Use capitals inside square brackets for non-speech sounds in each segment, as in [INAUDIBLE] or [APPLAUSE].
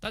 大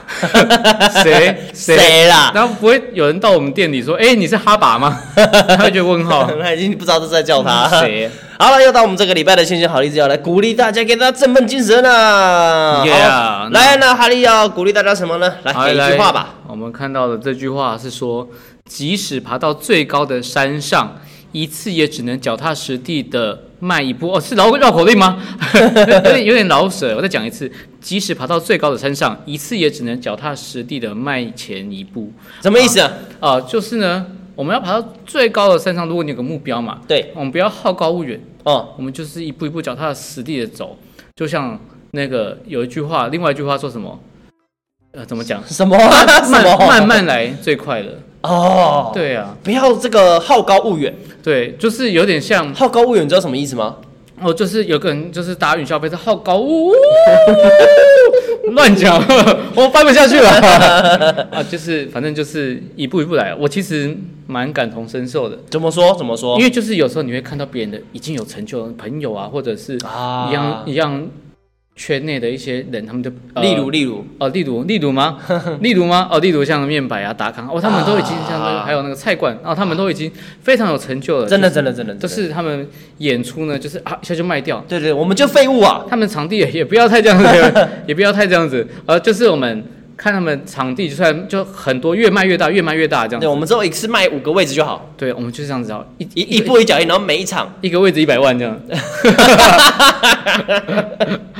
谁谁啊啦？然后不会有人到我们店里说：“哎、你是哈爸吗？”他会觉得问号。 [LAUGHS] 他已经不知道是在叫他嗯谁。好了，又到我们这个礼拜的线线好励志，要来鼓励大家，给大家振奋精神啦！ Yeah，好来，啊那哈利要鼓励大家什么呢？好哎来，给一句话吧。。来我们看到的这句话是说，即使爬到最高的山上，一次也只能脚踏实地的迈一步。哦，是绕绕口令吗？ [LAUGHS] 有点有点老舍。我再讲一次，即使爬到最高的山上，一次也只能脚踏实地的迈前一步。什么意思啊？啊、就是呢，我们要爬到最高的山上，如果你有个目标嘛，对，我们不要好高骛远，哦，我们就是一步一步脚踏实地的走。就像那个有一句话，另外一句话说什么？呃，怎么讲？什么啊？ [LAUGHS] [LAUGHS] 什慢么？慢慢来最快乐。哦，，对啊，不要这个好高骛远。对，就是有点像好高骛远，你知道什么意思吗？哦，就是有个人就是搭云霄飞车，好高呜，乱讲， [LAUGHS] 我掰不下 [LAUGHS] 去了啊！就是反正就是一步一步来，我其实蛮感同身受的。怎么说？怎么说？因为就是有时候你会看到别人的已经有成就的朋友啊，或者是啊一样、一样圈内的一些人，他们就、呃例如，例如，哦，例如，例如 [LAUGHS] 吗？例如吗？哦，例如像面百啊、达康哦，他们都已经像那个，啊还有那个菜馆，哦，他们都已经非常有成就了。真的，就是真的，真的，呃就真的是他们演出呢，就是啊一下就卖掉。对对，我们就废物啊！他们场地也也不要太这样子， [LAUGHS] 也不要太这样子。呃，就是我们看他们场地，就算就很多，越卖越大，越卖越大这样对，子。我们之后一次卖五个位置就好，对，我们就是这样子啊，一一一步一脚印，然后每一场一个位置一百万这样， [LAUGHS]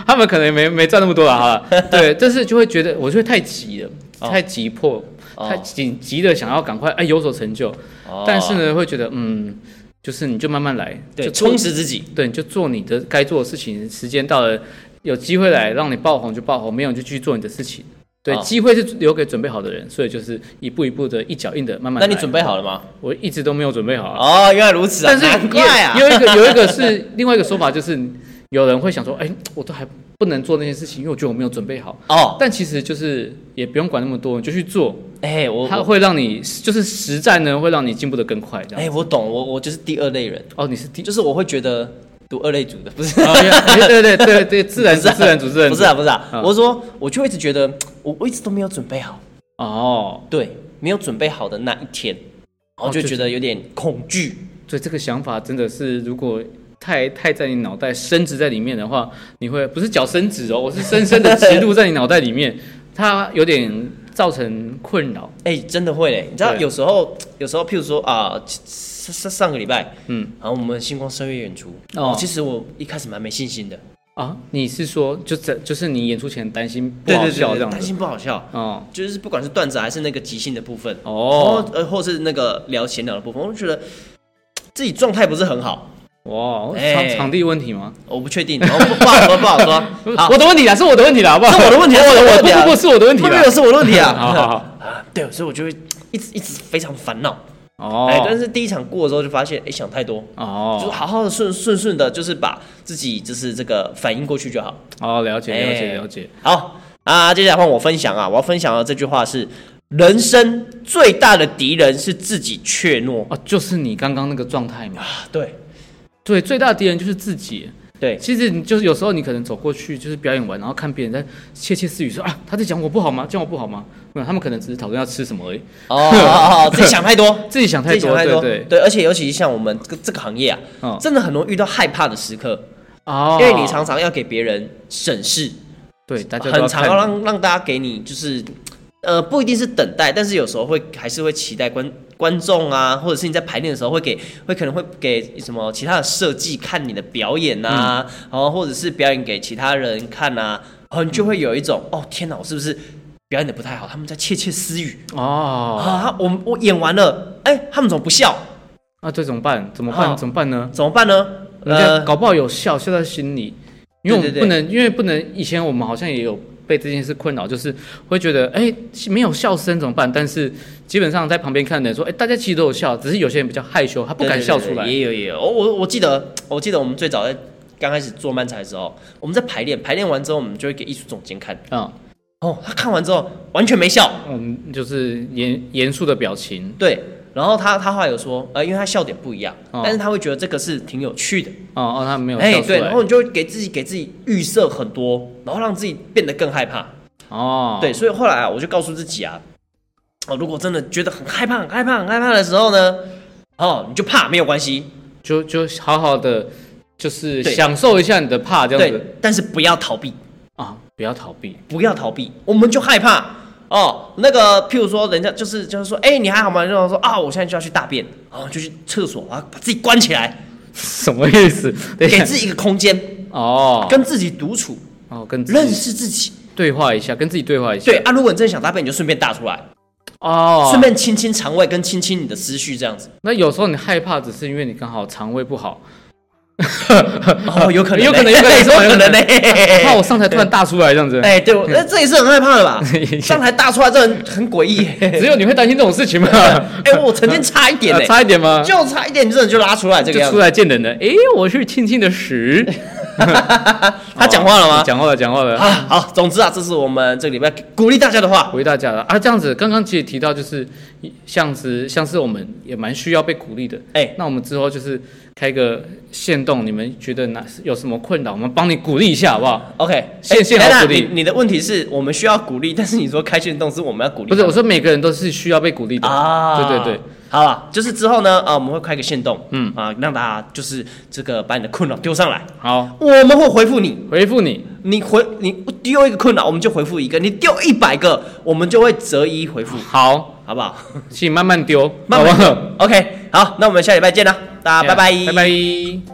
他们可能也没没赚那么多了哈。对，但是就会觉得我就会太急了，哦太急迫，哦太紧急的想要赶快哎有所成就，哦但是呢会觉得嗯，就是你就慢慢来，哦对就充做实自己，对，你就做你的该做的事情，时间到了，有机会来让你爆红就爆红，没有你就去做你的事情。对，哦机会是留给准备好的人，所以就是一步一步的，一脚印的慢慢那来。你准备好了吗？我一直都没有准备好啊。哦，原来如此啊！但是难怪啊！有有一个有一个是 [LAUGHS] 另外一个说法，就是有人会想说，哎、我都还不能做那些事情，因为我觉得我没有准备好。哦，但其实就是也不用管那么多，你就去做，哎，我它我会让你就是实战呢，会让你进步的更快。这样。哎，我懂，我我就是第二类人，哦，你是第， [LAUGHS] 就是我会觉得读二类组的不是哦原哎对对对对，自然不是组啊自然组自然不组是啊不是啊，嗯我说我就一直觉得我我一直都没有准备好，哦，对，没有准备好的那一天，然后哦就就嗯觉得有点恐惧。所以这个想法真的是如果。太太在你脑袋深植在里面的话，你会不是脚伸直哦，我是深深的植入在你脑袋里面，它有点造成困扰。哎、真的会嘞！你知道对有时候，有时候，譬如说啊，上上上个礼拜，嗯，然后我们星光三月演出，哦哦，其实我一开始蛮没信心的，啊，你是说就这就是你演出前担心不好笑这样担子？心不好笑，哦就是不管是段子还是那个即兴的部分，哦哦，呃，或是那个聊闲聊的部分，我就觉得嘖自己状态不是很好，哇，场哎场地问题吗？啊我不确定，然后不不好说，不好说，好我，的问题啦，是我的问题啦，好不好？哎是我的问题啊我 [LAUGHS] 是我的我问题啊不不不是我的问题不没啦有。是我的问题啊， [LAUGHS] 好好好啊， [LAUGHS] 对，所以我就会嘖一直一直非常烦恼，哎、但哦是第一场过的时候就发现，哎、想太多，就是哦好好的顺顺顺的，就是把自己就是这个反应过去就好。哦，了解了解哎了解。好啊，接下来换我分享啊，我要分享的这句话是：人生最大的敌人是自己怯懦。哦，就是你刚刚那个状态嘛。对啊对，最大的敌人就是自己。对，其实你就是有时候你可能走过去，就是表演完，然后看别人在窃窃私语说啊，他在讲我不好吗？讲我不好吗？没有，他们可能只是讨论要吃什么而已，哦哦，哦自己想太多，自己 [LAUGHS] 想自太己想多，太对多。对。而且尤其像我们这个这个行业啊，哦真的很容易遇到害怕的时刻，哦因为你常常要给别人审视，对大家都很要常看要你让让大家给你就是。呃，不一定是等待，但是有时候会还是会期待观观众啊，或者是你在排练的时候会给会可能会给什么其他的设计看你的表演嗯啊，然后、或者是表演给其他人看啊，然后你就会有一种、哦天哪，我是不是表演的不太好？他们在窃窃私语哦。啊，我我演完了，哎，他们怎么不笑？那这怎么办？怎么办？哦怎么办呢？怎么办呢？人家呃，搞不好有笑笑在心里，因为我们对对对不能，因为不能。以前我们好像也有被这件事困扰，就是会觉得，哎、没有笑声怎么办？但是基本上在旁边看的人说，哎、大家其实都有笑，只是有些人比较害羞，他不敢对对对笑出来。对也有也有，我哦我我记得我记得我们最早在刚开始做漫才的时候，我们在排练，排练完之后，我们就会给艺术总监看。啊，哦，他看完之后完全没笑，我们就是严严肃的表情对。然后他他后来有说，呃，因为他笑点不一样，哦但是他会觉得这个是挺有趣的，哦哦，他没有哎、笑出对，来然后你就会给自己给自己预设很多，然后让自己变得更害怕，哦，对，所以后来啊，我就告诉自己啊，哦，如果真的觉得很害怕、很害怕、很害怕的时候呢，哦，你就怕没有关系，就就好好的就是对享受一下你的怕这样子对，但是不要逃避，啊，不要逃避，不要逃避，我们就害怕哦。那个，譬如说，人家就是就是说，哎、你还好吗？然后说啊，我现在就要去大便，哦，就去厕所，啊，把自己关起来， [LAUGHS] 什么意思？对给自己一个空间，哦，跟自己独处，哦跟自认己识自己。对话一下，跟自己对话一下，对啊，如果你真的想大便，你就顺便大出来，哦，顺便清清肠胃，跟清清你的思绪这样子。那有时候你害怕，只是因为你刚好肠胃不 [LAUGHS] 好，哦，有可能、有可能有可 [LAUGHS] 能有可能呢、 [LAUGHS] 怕我上台突然大出来这样子。 [LAUGHS] 哎、对，我那这也是很害 [LAUGHS] 怕的吧？上台大出来，这很很诡异、只有你会担心这种事情吗？ [LAUGHS] 哎、我曾经差一点、啊呢，差一点吗？就差一点，真的就拉出来这个就样出子。来见人了。哎，我是庆庆的屎。他 [LAUGHS] 讲话了吗？ [LAUGHS] 讲话了，讲话了。啊，好，总之啊，这是我们这个礼拜鼓励大家的话。回答家了啊，这样子，刚刚其实提到就是，像是像是我们也蛮需要被鼓励的。哎那我们之后就是开个线动，你们觉得哪有什么困扰，我们帮你鼓励一下好不好？ OK，谢谢好哎等等鼓励你你的问题是我们需要鼓励，但是你说开运动是我们要鼓励不他们，是，我 [LAUGHS] 说每个人都是需要被鼓励的啊，对对对，，好了，就是之后呢，啊，我们会开个限动，嗯嗯啊，让大家就是这个把你的困扰丢上来，好，我们会回复你，回复你。你回你丢一个困扰，我们就回复一个；你丢一百个，我们就会择一回复，好，好不好？请慢慢丢，慢好慢不好地 OK，好，那我们下礼拜见啦，大家拜拜，拜拜。